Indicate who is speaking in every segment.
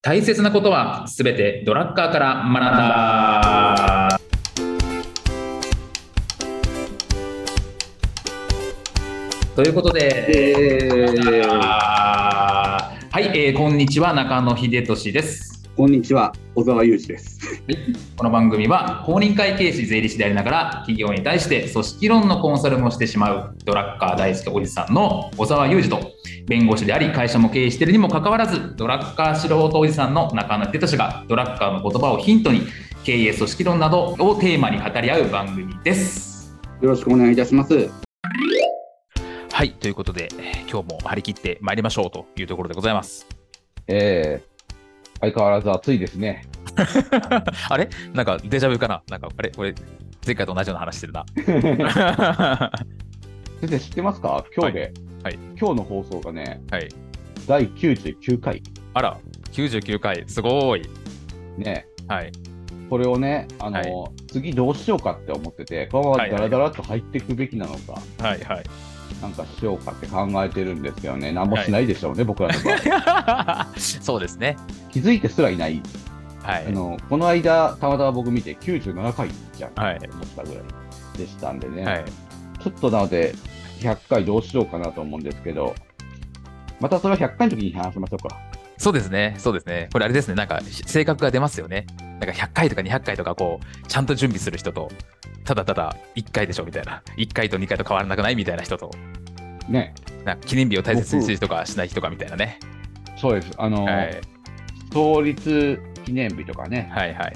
Speaker 1: 大切なことはすべてドラッカーから学んだ。ということで、はい、えーこんにちは中野秀俊です。
Speaker 2: こんにちは、小沢裕二です。
Speaker 1: この番組は公認会計士税理士でありながら企業に対して組織論のコンサルもしてしまうドラッカー大好きおじさんの小沢裕二と弁護士であり会社も経営しているにもかかわらずドラッカー素人おじさんの中野哲俊がドラッカーの言葉をヒントに経営組織論などをテーマに語り合う番組です。
Speaker 2: よろしくお願いいたします。
Speaker 1: はいということで今日も張り切ってまいりましょうというところでござい ます。
Speaker 3: ええ相変わらず暑いですね。
Speaker 1: あれなんかデジャブかななんかあれこれ前回と同じような話してる な。
Speaker 3: 先生知ってますか今日で、
Speaker 1: はいはい
Speaker 3: 今日の放送がね、
Speaker 1: はい
Speaker 3: 第99回。
Speaker 1: あら、99回、すごい。
Speaker 3: ね、
Speaker 1: はい。
Speaker 3: これをね、あの、
Speaker 1: は
Speaker 3: 次どうしようかって思ってて、このままダラダラっと入っていくべきなのか、
Speaker 1: はいはい。
Speaker 3: なんかしようかって考えてるんですよね。なんもしないでしょうね、僕らとか。
Speaker 1: そうですね。
Speaker 3: 気づいてすらいない。
Speaker 1: は
Speaker 3: あ
Speaker 1: い。
Speaker 3: の、この間、たまたま僕見て97回じゃん。
Speaker 1: はい
Speaker 3: 思ったぐらいでしたんでね。
Speaker 1: はい、
Speaker 3: ちょっとなので、100回どうしようかなと思うんですけど、またそれは100回の時に話しましょうか。
Speaker 1: そうですね、そうですね。これあれですね、なんか性格が出ますよね。なんか100回とか200回とか、こう、ちゃんと準備する人と、ただただ1回でしょみたいな、1回と2回と変わらなくないみたいな人と、
Speaker 3: ね。
Speaker 1: なんか記念日を大切にする人かしない人かみたいなね。
Speaker 3: そうです。あの、
Speaker 1: はい
Speaker 3: 創立記念日とかね、
Speaker 1: はいはい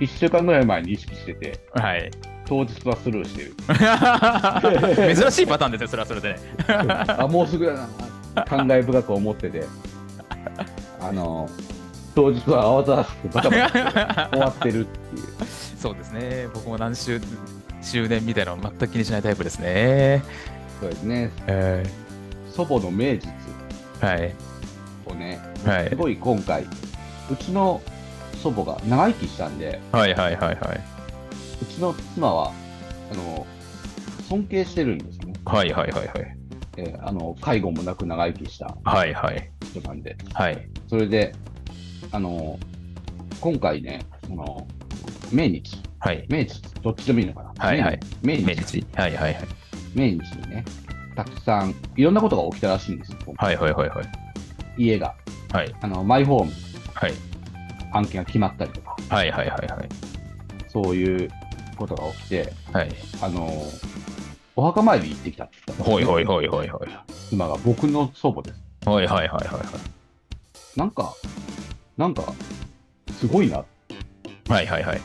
Speaker 3: 1週間ぐらい前に意識してて、
Speaker 1: はい。 はい
Speaker 3: 当日はスルー してる。
Speaker 1: 珍しいパターンですね、それはそれでね。
Speaker 3: あ、もうすぐだな。感慨深く思ってて。あの、当日は慌ただしくバタバ タして終わってるっていう。
Speaker 1: そうですね、僕も何周、周年みたいなの全く気にしないタイプですね。
Speaker 3: そうですね。
Speaker 1: え
Speaker 3: 祖母の名実
Speaker 1: はい。
Speaker 3: をね、
Speaker 1: は
Speaker 3: す
Speaker 1: い。
Speaker 3: ごい今回、うちの祖母が長生きしたんで、
Speaker 1: はいはいはいはい。
Speaker 3: うちの妻は、あの、尊敬してるんですね。
Speaker 1: はいはいはいはい。
Speaker 3: えーあの、介護もなく長生きした
Speaker 1: はいはい。
Speaker 3: 人なんで。
Speaker 1: はい。
Speaker 3: それで、あの、今回ね、その、命日、
Speaker 1: はい。
Speaker 3: 命日、どっちでもいいのかな。
Speaker 1: はいはい
Speaker 3: 命日。
Speaker 1: 明
Speaker 3: 命日、
Speaker 1: 治。はいはいはい。
Speaker 3: 命日にね、たくさん、いろんなことが起きたらしいんですよ。
Speaker 1: はいはいはいはい。
Speaker 3: 家が、
Speaker 1: はい
Speaker 3: あの、マイホーム、
Speaker 1: はい
Speaker 3: 案件が決まったりとか、
Speaker 1: はいはいはいはい。
Speaker 3: そういうことが起きて、
Speaker 1: はい。
Speaker 3: あの、お墓参り行ってきたって言ったんです
Speaker 1: ほい
Speaker 3: ね
Speaker 1: ほいほいほいほい。
Speaker 3: 妻が僕の祖母です。
Speaker 1: はいはいはいはいはい。
Speaker 3: なんか、なんか、すごいな。
Speaker 1: はいはいはい。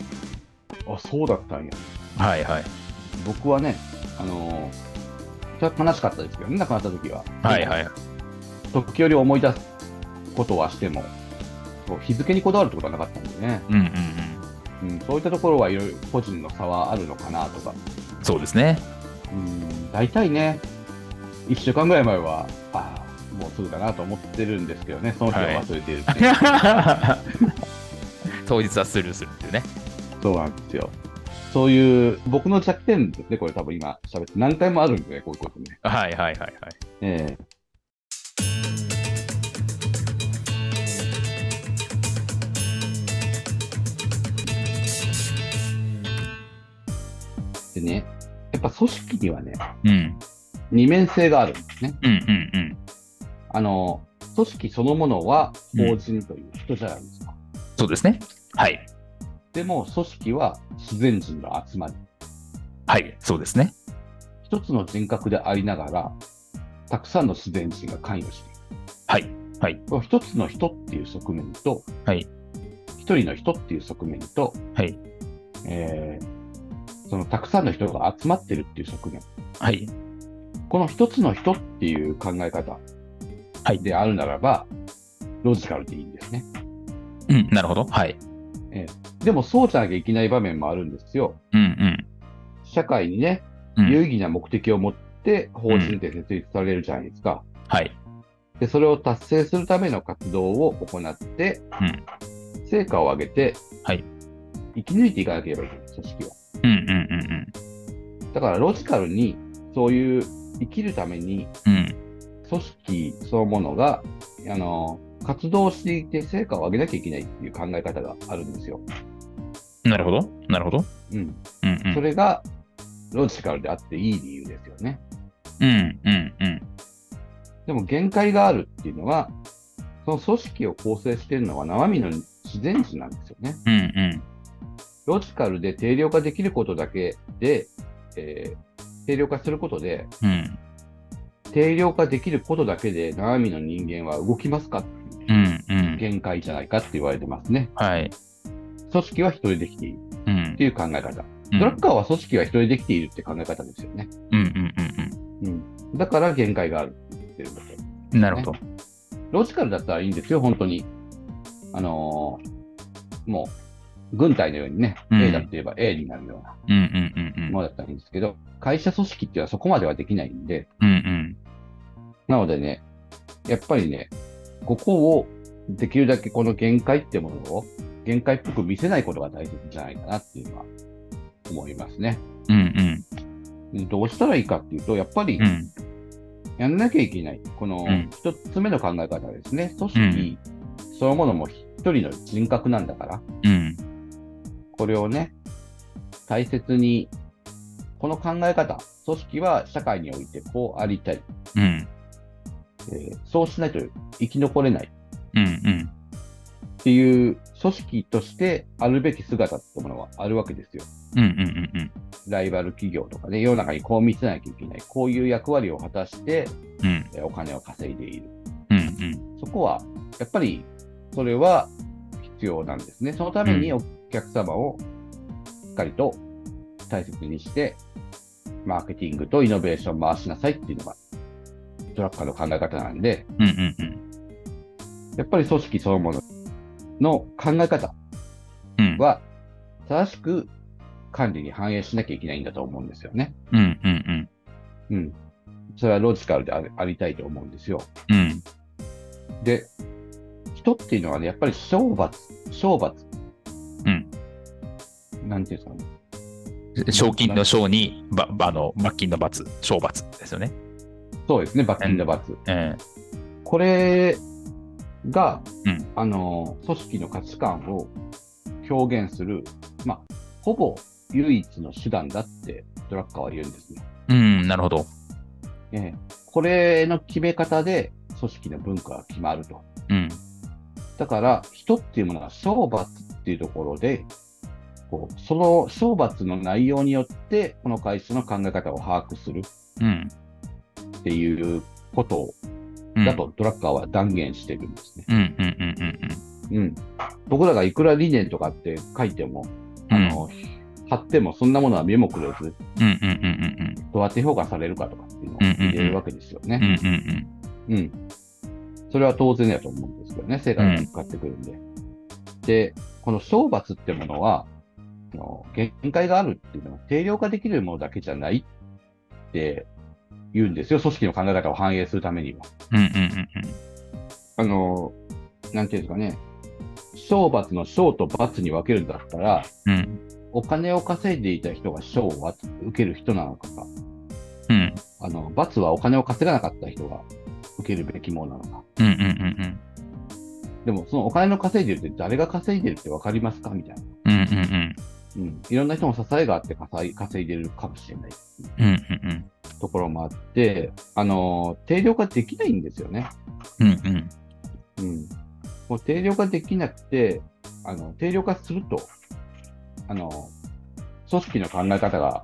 Speaker 3: あ、そうだったんや。
Speaker 1: はいはい。
Speaker 3: 僕はね、あのーそれは悲しかったですけどね、亡くなった時は。。
Speaker 1: はいはいい。
Speaker 3: 時折思い出すことはしても、そう日付にこだわるってことはなかったんでね、
Speaker 1: うんうんうん。
Speaker 3: うん、そういったところはいろいろ個人の差はあるのかなとか、
Speaker 1: そうです ね。
Speaker 3: うん、大体ね、1週間ぐらい前は、ああ、もうすぐだなと思ってるんですけどね、その日は忘れているっていう、
Speaker 1: 当日はスルーするっていうね。
Speaker 3: そうなんですよ。そういう、僕の弱点ですね、これ多分今喋って、何回もあるんですね、こういうことね。
Speaker 1: はいはいはいはい。
Speaker 3: ええでね、やっぱ組織にはね、
Speaker 1: うん。
Speaker 3: 二面性があるんですね。
Speaker 1: うんうんうん。
Speaker 3: あの、組織そのものは法人という人じゃないですか。
Speaker 1: そうですね。はい。
Speaker 3: でも、組織は自然人の集まり。
Speaker 1: はい。そうですね。
Speaker 3: 一つの人格でありながら、たくさんの自然人が関与している。
Speaker 1: はい。
Speaker 3: この一つの人っていう側面と、
Speaker 1: はい
Speaker 3: 一人の人っていう側面と、
Speaker 1: はい
Speaker 3: えーそのたくさんの人が集まってるっていう側面、
Speaker 1: はい。
Speaker 3: この一つの人っていう考え方
Speaker 1: はい
Speaker 3: であるならば、ロジカルでいいんですね。
Speaker 1: うん。なるほど。はい。
Speaker 3: でもそうじゃなきゃいけない場面もあるんですよ。
Speaker 1: うん
Speaker 3: 社会にね、
Speaker 1: うん。うん
Speaker 3: 有意義な目的を持って法人で設立されるじゃないですか。
Speaker 1: はい。
Speaker 3: で、それを達成するための活動を行って、
Speaker 1: うん
Speaker 3: 成果を上げて、
Speaker 1: はい
Speaker 3: 生き抜いていかなければいけない、組織を。
Speaker 1: うんうんうん
Speaker 3: だからロジカルにそういう生きるために
Speaker 1: うん。うん。
Speaker 3: 組織そのものがあの考活動していて成果を上げなきゃいけないっていう考え方があるんですよ。
Speaker 1: なるほど。なるほど。
Speaker 3: うん、
Speaker 1: うんう
Speaker 3: そ
Speaker 1: ん。
Speaker 3: れがロジカルであっていい理由ですよね。
Speaker 1: うんうんうん。
Speaker 3: でも限界があるっていうのは、その組織を構成しているのは生身の自然値なんですよね。
Speaker 1: うんうん。
Speaker 3: ロジカルで定量化できることだけで、えー定量化することで、
Speaker 1: うん
Speaker 3: 定量化できることだけで生身の人間は動きますかっていう
Speaker 1: うんうん。
Speaker 3: 限界じゃないかって言われてますね。
Speaker 1: はい。
Speaker 3: 組織は一人できている
Speaker 1: うん
Speaker 3: っていう考え方。
Speaker 1: うん
Speaker 3: ドラッカーは組織は一人できているって考え方ですよね。
Speaker 1: うんうんうん
Speaker 3: うん、だから限界があるって言ってるんですよ。
Speaker 1: うん。なるほど。
Speaker 3: ロジカルだったらいいんですよ、本当に。あのーもう、軍隊のようにね、
Speaker 1: うん
Speaker 3: A だって言えば A になるような
Speaker 1: うんうんうんうん
Speaker 3: も。のだったらいいんですけど、会社組織っていうのはそこまではできないんで、
Speaker 1: うんうん。
Speaker 3: なのでね、やっぱりね、ここをできるだけこの限界ってものを限界っぽく見せないことが大切じゃないかなっていうのは思いますね。
Speaker 1: うんうん
Speaker 3: どうしたらいいかっていうと、やっぱり
Speaker 1: うん。
Speaker 3: やんなきゃいけない、この
Speaker 1: うん
Speaker 3: 一つ目の考え方ですね、組織そのものも一人の人格なんだから、
Speaker 1: うん
Speaker 3: これをね、大切に、この考え方、組織は社会においてこうありたい、
Speaker 1: うん
Speaker 3: えーそうしないと生き残れない
Speaker 1: うんうん。
Speaker 3: っていう組織としてあるべき姿ってものはあるわけですよ。
Speaker 1: うんうんうんうん。
Speaker 3: ライバル企業とかね、世の中にこう見せなきゃいけない、こういう役割を果たして
Speaker 1: うん
Speaker 3: えーお金を稼いでいる。
Speaker 1: うんうん。
Speaker 3: そこは、やっぱり、それは必要なんですね。そのために
Speaker 1: う
Speaker 3: お客様をしっかりと大切にして、マーケティングとイノベーションを回しなさいっていうのが、トラッカーの考え方なんで、
Speaker 1: うんうんうん。
Speaker 3: やっぱり組織そのものの考え方
Speaker 1: うん
Speaker 3: は、正しく管理に反映しなきゃいけないんだと思うんですよね。
Speaker 1: うんうん
Speaker 3: うん。それはロジカルでありありたいと思うんですよ。
Speaker 1: うん。うん
Speaker 3: で、人っていうのはね、やっぱり賞罰、賞罰。
Speaker 1: うん。
Speaker 3: なんていうんですかね。
Speaker 1: 賞金の賞に、ば、ば、あの、罰金の罰、賞罰ですよね。
Speaker 3: そうですね、罰金の罰。
Speaker 1: うん。
Speaker 3: これが、
Speaker 1: うん
Speaker 3: あの、組織の価値観を表現する、まあ、ほぼ唯一の手段だってドラッカーは言うんですね。
Speaker 1: うん、なるほど。
Speaker 3: ええこれの決め方で組織の文化が決まると。
Speaker 1: うん。
Speaker 3: だから、人っていうものが賞罰っていうところで、こうその賞罰の内容によって、この会社の考え方を把握する
Speaker 1: うん。
Speaker 3: っていうこと
Speaker 1: うん
Speaker 3: だ。と、ドラッカーは断言してるんですね。
Speaker 1: うんうんうんうんうん。
Speaker 3: うん。僕らがいくら理念とかって書いても、あの、貼っても、そんなものは目もくれず、
Speaker 1: うんうんうんうん
Speaker 3: どうやって評価されるかとかっていうのを入れるわけですよ
Speaker 1: うん。う
Speaker 3: ね。
Speaker 1: んうんうん。
Speaker 3: うん。それは当然だと思うんですけどね、成果に向かってくるんで。で、この賞罰ってものは、あの限界があるっていうのは定量化できるものだけじゃないって言うんですよ、組織の考え方を反映するためには。
Speaker 1: うんうんうんうん。
Speaker 3: あの、なんていうんですかね、賞罰の賞と罰に分けるんだったら、
Speaker 1: うん。
Speaker 3: お金を稼いでいた人が賞を受ける人なのか、
Speaker 1: うん。
Speaker 3: あの罰はお金を稼がなかった人が受けるべきものなのか。
Speaker 1: うんうんうん
Speaker 3: でも、そのお金の稼いでるって誰が稼いでるって分かりますかみたいな。
Speaker 1: うん。うんうんうん。
Speaker 3: うん。いろんな人の支えがあって稼い稼いでるかもしれない
Speaker 1: うんうん
Speaker 3: ところもあって、あのー定量化できないんですよね。
Speaker 1: うん。うんうん。
Speaker 3: うん。もう定量化できなくて、あの、定量化すると、あの組織の考え方が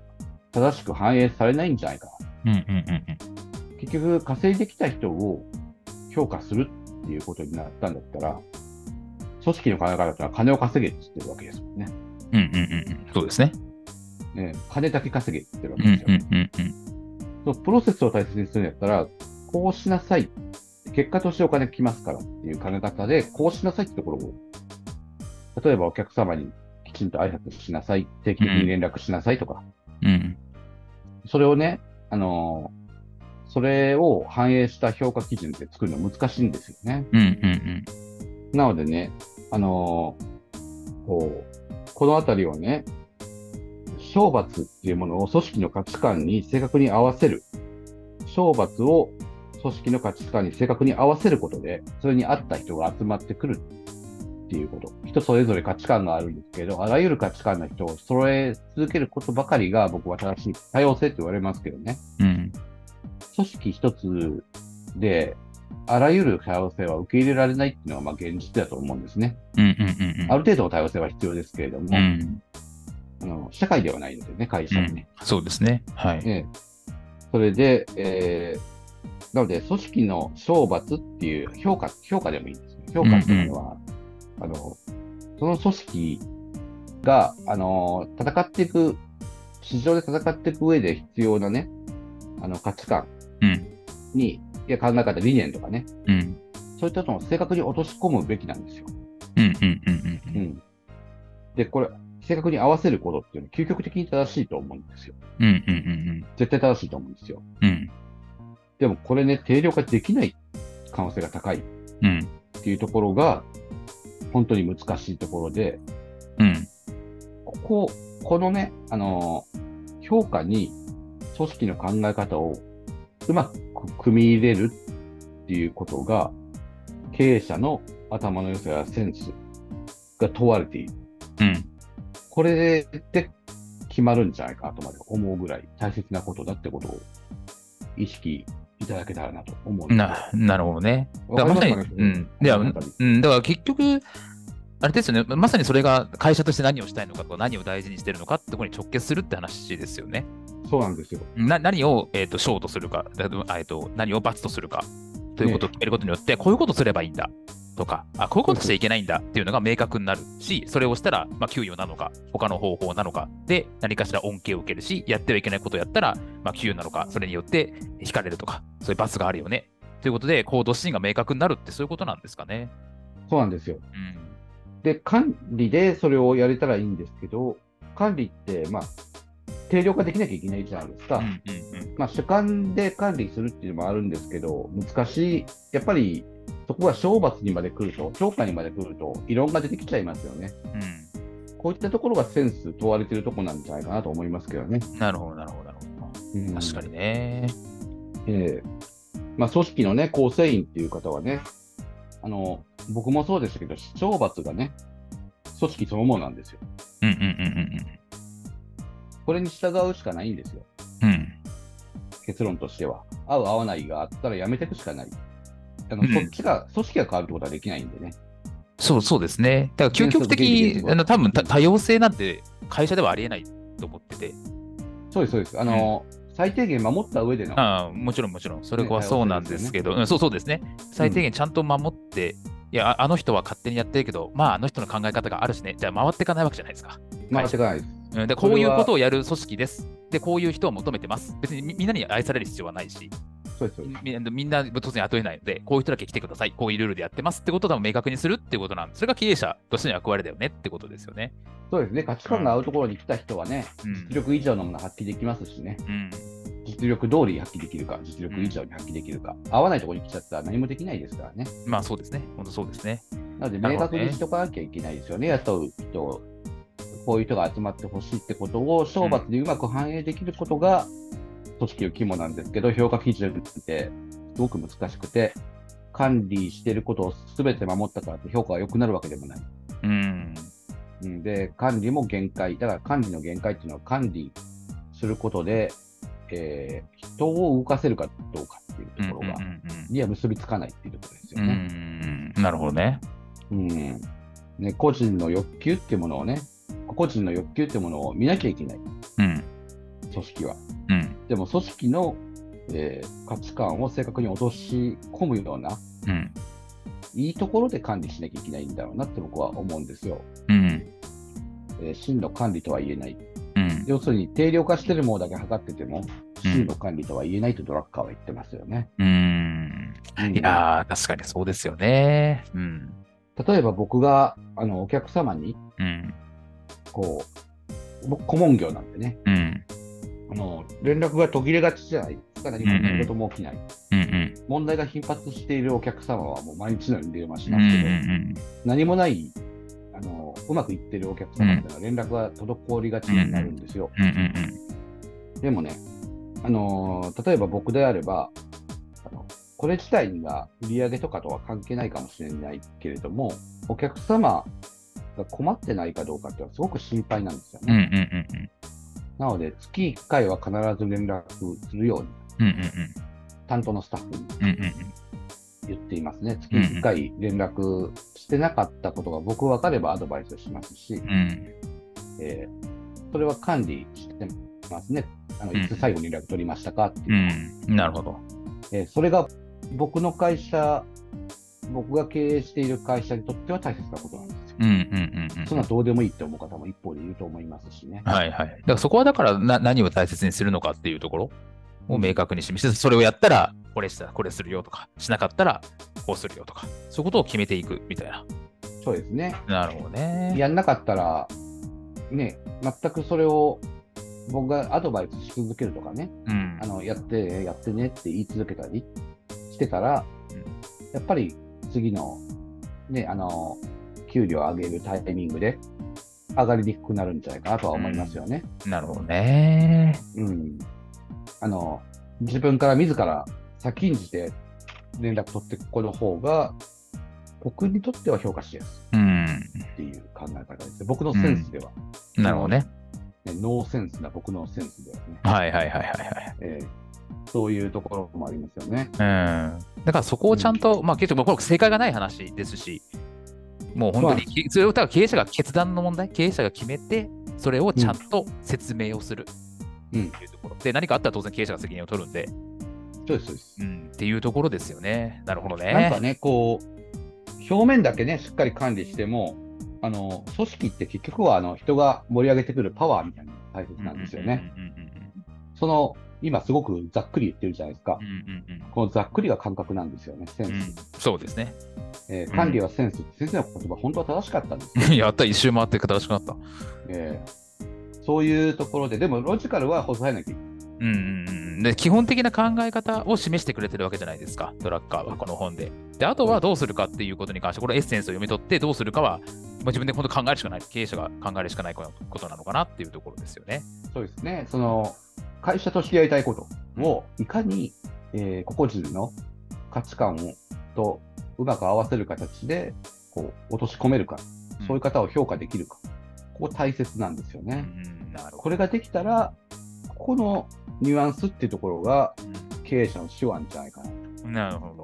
Speaker 3: 正しく反映されないんじゃないか。
Speaker 1: うんうんうんうん。
Speaker 3: 結局、稼いできた人を評価するっていうことになったんだったら、組織の考え方ってのは金を稼げって言ってるわけですもんね。
Speaker 1: うんうんうんうん。そうですね。
Speaker 3: ね、金だけ稼げって言ってるわ
Speaker 1: う
Speaker 3: け
Speaker 1: んう
Speaker 3: ですよ。
Speaker 1: んうんうん。
Speaker 3: そのプロセスを大切にするんやったら、こうしなさい。結果としてお金来ますからっていう考え方で、こうしなさいってところを、例えばお客様にきちんと挨拶しなさい、定期的に連絡しなさいとか、
Speaker 1: うん
Speaker 3: それをね、あのーそれを反映した評価基準って作るの難しいんですよね。
Speaker 1: うんうん
Speaker 3: なのでね、あのーこう、このあたりをね、賞罰っていうものを組織の価値観に正確に合わせる。賞罰を組組織の価値観に正確に合わせることで、それに合った人が集まってくるっていうこと。人それぞれ価値観があるんですけど、あらゆる価値観の人を揃え続けることばかりが僕は正しい多様性って言われますけどね。
Speaker 1: うん。
Speaker 3: 組織一つで、あらゆる多様性は受け入れられないっていうのはまあ現実だと思うんですね。
Speaker 1: うんうんうん
Speaker 3: ある程度の多様性は必要ですけれども、
Speaker 1: うん。うん。
Speaker 3: あの社会ではないですよね、会社
Speaker 1: う
Speaker 3: はね。
Speaker 1: ん。そうですね。はい。
Speaker 3: ええ、それで、えーなので、組織の賞罰っていう評価、評価でもいいんですよ。評価っていうのは、あの、その組織が、あの、戦っていく、市場で戦っていく上で必要なね、あの、価値観
Speaker 1: うん。
Speaker 3: に、いや考え方、理念とかね、
Speaker 1: うん。
Speaker 3: そういったのを正確に落とし込むべきなんですよ。
Speaker 1: うんうんうんう
Speaker 3: うんん。で、これ、正確に合わせることっていうのは究極的に正しいと思うんですよ。
Speaker 1: うん。うんうん
Speaker 3: 絶対正しいと思うんですよ。
Speaker 1: うんうん。
Speaker 3: でもこれね、定量化できない可能性が高いっ
Speaker 1: うん。
Speaker 3: ていうところが、本当に難しいところで、
Speaker 1: うん。
Speaker 3: ここ、このね、あのー評価に組織の考え方をうまく組み入れるっていうことが、経営者の頭の良さやセンスが問われている。
Speaker 1: うん。
Speaker 3: これで決まるんじゃないかなとまで思うぐらい大切なことだってことを意識いただけたらなと思うんです。
Speaker 1: な、なるほどね。だから
Speaker 3: わ
Speaker 1: まさ
Speaker 3: かり
Speaker 1: に、
Speaker 3: ますかね
Speaker 1: うん。いや、
Speaker 3: こ
Speaker 1: う
Speaker 3: の
Speaker 1: ん
Speaker 3: 辺り
Speaker 1: うん。だから結局、あれですよね。まさにそれが会社として何をしたいのかとか、何を大事にしてるのかってところに直結するって話ですよね。
Speaker 3: そうなんですよ。
Speaker 1: な何を、えー、と賞とするか、だあえーと、何を罰とするかということを決めることによって、こういうことすればいいんだとかあ、こういうことしちゃいけないんだっていうのが明確になるし、それをしたら、まあ、給与なのか、他の方法なのかで、何かしら恩恵を受けるし、やってはいけないことをやったら、まあ、給与なのか、それによって引かれるとか、そういう罰があるよね。ということで、行動指針が明確になるって、そういうことなんですかね。
Speaker 3: そうなんですよ。
Speaker 1: うん
Speaker 3: で、管理でそれをやれたらいいんですけど、管理って、まあ、定量化できなきゃいけないじゃないですか。
Speaker 1: うんうんうん
Speaker 3: まあ、主観で管理するっていうのもあるんですけど、難しい。やっぱり、そこが賞罰にまで来ると、評価にまで来ると、異論が出てきちゃいますよね。
Speaker 1: う
Speaker 3: こういったところがセンス問われてるところなんじゃないかなと思いますけどね。
Speaker 1: んなるほど、なるほど、なるほ
Speaker 3: うん
Speaker 1: ど。確かにね。
Speaker 3: ええまあ、組織のね、構成員っていう方はね、あの、僕もそうでしたけど、賞罰がね、組織そのものなんですよ。
Speaker 1: うんうんうん
Speaker 3: これに従うしかないんですよ。
Speaker 1: うんうん。うん
Speaker 3: 結論としては。合う合わないがあったらやめていくしかない。あの、
Speaker 1: うん
Speaker 3: そっちが、組織が変わるってことはできないんでね。
Speaker 1: そうそうですね。だから究極的
Speaker 3: 原
Speaker 1: に
Speaker 3: 則原理原、則
Speaker 1: あの多分た多様性なんて会社ではありえないと思ってて、
Speaker 3: そうです、そうです。あの、最低限守った上での、
Speaker 1: ああもちろんもちろん、それは
Speaker 3: ね
Speaker 1: そうなんですけど、うんそうそうですね。最低限ちゃんと守って、いや、ああの人は勝手にやってるけど、まあ、あの人の考え方があるしね、じゃあ回っていかないわけじゃないですか。
Speaker 3: 回っていかないです。
Speaker 1: うん、で
Speaker 3: そ
Speaker 1: こ
Speaker 3: れは
Speaker 1: ういうことをやる組織です。で、こういう人を求めてます。別にみみんなに愛される必要はないし、
Speaker 3: そうです、そうです。
Speaker 1: みみんな当然雇えないので、こういう人だけ来てください、こういうルールでやってますってことを多分明確にするってことなんです。それが経営者としての役割だよねってことですよね。
Speaker 3: そうですね。価値観が合うところに来た人はね、
Speaker 1: うん
Speaker 3: 実力以上のものを発揮できますしね、
Speaker 1: うん
Speaker 3: 実力通り発揮できるか、実力以上に発揮できるか、合わないところに来ちゃったら何もできないですからね。
Speaker 1: まあそうですね、本当そうですね。
Speaker 3: なので、
Speaker 1: なる
Speaker 3: 明
Speaker 1: ほど
Speaker 3: 確
Speaker 1: ね
Speaker 3: にしとかなきゃいけないですよね、雇う人をこういう人が集まってほしいってことを、賞罰にうまく反映できることが、組織の肝なんですけど、評価基準って、すごく難しくて、管理してることをすべて守ったからって評価が良くなるわけでもない。
Speaker 1: うん。
Speaker 3: うんで、管理も限界、だから管理の限界っていうのは、管理することで、えー人を動かせるかどうかっていうところが、
Speaker 1: うんうん
Speaker 3: には結びつかないっていうところですよ
Speaker 1: う
Speaker 3: ね。
Speaker 1: んうんうんなるほどね。
Speaker 3: うんね、個人の欲求っていうものをね、個々人の欲求っていうものを見なきゃいけない、
Speaker 1: うん。
Speaker 3: 組織は。
Speaker 1: うん。
Speaker 3: でも、組織の、えー価値観を正確に落とし込むような、
Speaker 1: うん。
Speaker 3: いいところで管理しなきゃいけないんだろうなって僕は思うんですよ。
Speaker 1: うん。
Speaker 3: えー真の管理とは言えない。
Speaker 1: うん。
Speaker 3: 要するに、定量化してるものだけ測ってても、
Speaker 1: うん
Speaker 3: 真の管理とは言えないとドラッカーは言ってますよね。
Speaker 1: うん。
Speaker 3: うん
Speaker 1: いやー、確かにそうですよね。うん。
Speaker 3: 例えば僕があのお客様に、
Speaker 1: うん。
Speaker 3: こう、僕、顧問業なんでね、
Speaker 1: うん。
Speaker 3: あの連絡が途切れがちじゃないですか、何も何事も起きない、
Speaker 1: うん。うん。
Speaker 3: 問題が頻発しているお客様はもう毎日のように電話し
Speaker 1: うん。う
Speaker 3: ますけど、
Speaker 1: ん。
Speaker 3: 何もないあの、うまくいってるお客様っていうのは連絡が滞りがちになるんですよ。
Speaker 1: うん。うん。
Speaker 3: でもね、あのー例えば僕であればあの、これ自体が売り上げとかとは関係ないかもしれないけれども、お客様が困ってないかどうかってのはすごく心配なんですよ
Speaker 1: うんうん
Speaker 3: ね。
Speaker 1: うんうん
Speaker 3: なので、月1回は必ず連絡するように、
Speaker 1: うん
Speaker 3: 担当のスタッフに
Speaker 1: うんうんうん
Speaker 3: 言っていますね。月1回連絡してなかったことが僕分かればアドバイスしますし、
Speaker 1: うんうん
Speaker 3: えーそれは管理してますね。あの
Speaker 1: うん
Speaker 3: いつ最後に連絡取りましたかっていう。
Speaker 1: うんなるほど
Speaker 3: えーそれが僕の会社、僕が経営している会社にとっては大切なことなんですよ。
Speaker 1: うんうんうんうん
Speaker 3: そんなどうでもいいって思う方も一方でいると思いますしね。
Speaker 1: はいはい。だからそこはだからな何を大切にするのかっていうところを明確に示して、それをやったらこれしたらこれするよとか、しなかったらこうするよとか、そういうことを決めていくみたいな。
Speaker 3: そうですね。
Speaker 1: なるほどね。
Speaker 3: やんなかったら、ね、全くそれを僕がアドバイスし続けるとかね、
Speaker 1: うん
Speaker 3: あ、のやって、やってねって言い続けたりしてたら
Speaker 1: うん、
Speaker 3: やっぱり次の、ね、あの、給料上げるタイミングで上がりにくくなるんじゃないかなとは思いますよね。
Speaker 1: なるほどね。
Speaker 3: うん、あの自分から自ら先んじて連絡取っていく子の方が僕にとっては評価しやす
Speaker 1: うん。
Speaker 3: いっていう考え方です僕のセンスでは、
Speaker 1: なるほどね。
Speaker 3: ねノーセンスな僕のセンスではね、
Speaker 1: はいはいはいはい
Speaker 3: えーそういうところもありますよね。
Speaker 1: はい。うん。だからそこをちゃんと、まあ結局これ正解がない話ですし、もう本当に、それをだから経営者が決断の問題、経営者が決めて、それをちゃんと説明をする
Speaker 3: うん
Speaker 1: っ、ていうところ。で、何かあったら当然経営者が責任を取るんで、
Speaker 3: そうですそうです、
Speaker 1: うん、っていうところですよね。なるほどね。
Speaker 3: なんかね、こう、表面だけね、しっかり管理しても、あの組織って結局はあの人が盛り上げてくるパワーみたいなのが大切なんですよね。
Speaker 1: うん
Speaker 3: その今すごくざっくり言ってるじゃないですか
Speaker 1: うん。うんうんうんうんうん
Speaker 3: このざっくりが感覚なんですよね、センス。
Speaker 1: うんそうですね。
Speaker 3: えー管理はセンスって先生の言葉、本当は正しかったんですよ、
Speaker 1: やった、一周回って正しくなった。う
Speaker 3: えーそういうところで、でもロジカルは抑えなきゃいけない。
Speaker 1: んうんうん、で基本的な考え方を示してくれてるわけじゃないですか、ドラッカーはこの本で。で、あとはどうするかっていうことに関して、これエッセンスを読み取って、どうするかは、まあ自分で本当考えるしかない、経営者が考えるしかないことなのかなっていうところですよね。
Speaker 3: そうですね、その会社としてやりたいことをいかに、えー個々人の価値観をとうまく合わせる形でこう落とし込めるか、そういう方を評価できるか、ここ大切なんですよ
Speaker 1: う
Speaker 3: ね。
Speaker 1: ん、なるほ
Speaker 3: こ
Speaker 1: ど。
Speaker 3: れができたら、ここのニュアンスっていうところが経営者の手腕じゃないかな
Speaker 1: うんなるほど。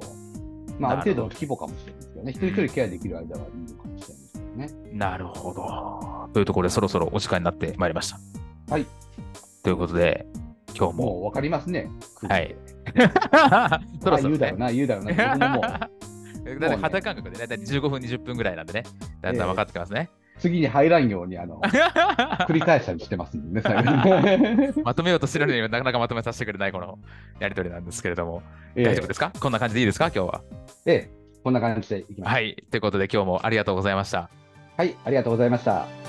Speaker 3: まあ、あ
Speaker 1: なるほど
Speaker 3: る程度の規模かもしれないですけどね、一人一人ケアできる間はいいのかもしれないですけどね。
Speaker 1: なるほど。というところで、そろそろお時間になってまいりました。
Speaker 3: はい。
Speaker 1: ということで、今日
Speaker 3: も
Speaker 1: も。
Speaker 3: う分かりますね。
Speaker 1: はい。そ
Speaker 3: あ
Speaker 1: ろそろ、
Speaker 3: 言うだろう
Speaker 1: ね。
Speaker 3: な、言うだろうな。僕ももう
Speaker 1: だって肌感覚でね、だいたい15分、20分ぐらいなんでね、だんだん分かってきますね。
Speaker 3: 次に入らんよう にあの繰り返したりしてますもんね、最後 に。
Speaker 1: まとめようとしてるのに、なかなかまとめさせてくれないこのやりとりなんですけれども、
Speaker 3: え
Speaker 1: 大丈夫ですかこんな感じでいいですか今日は。
Speaker 3: えええこんな感じでいきます。
Speaker 1: はい。ということで、今日もありがとうございました。
Speaker 3: はい、ありがとうございました。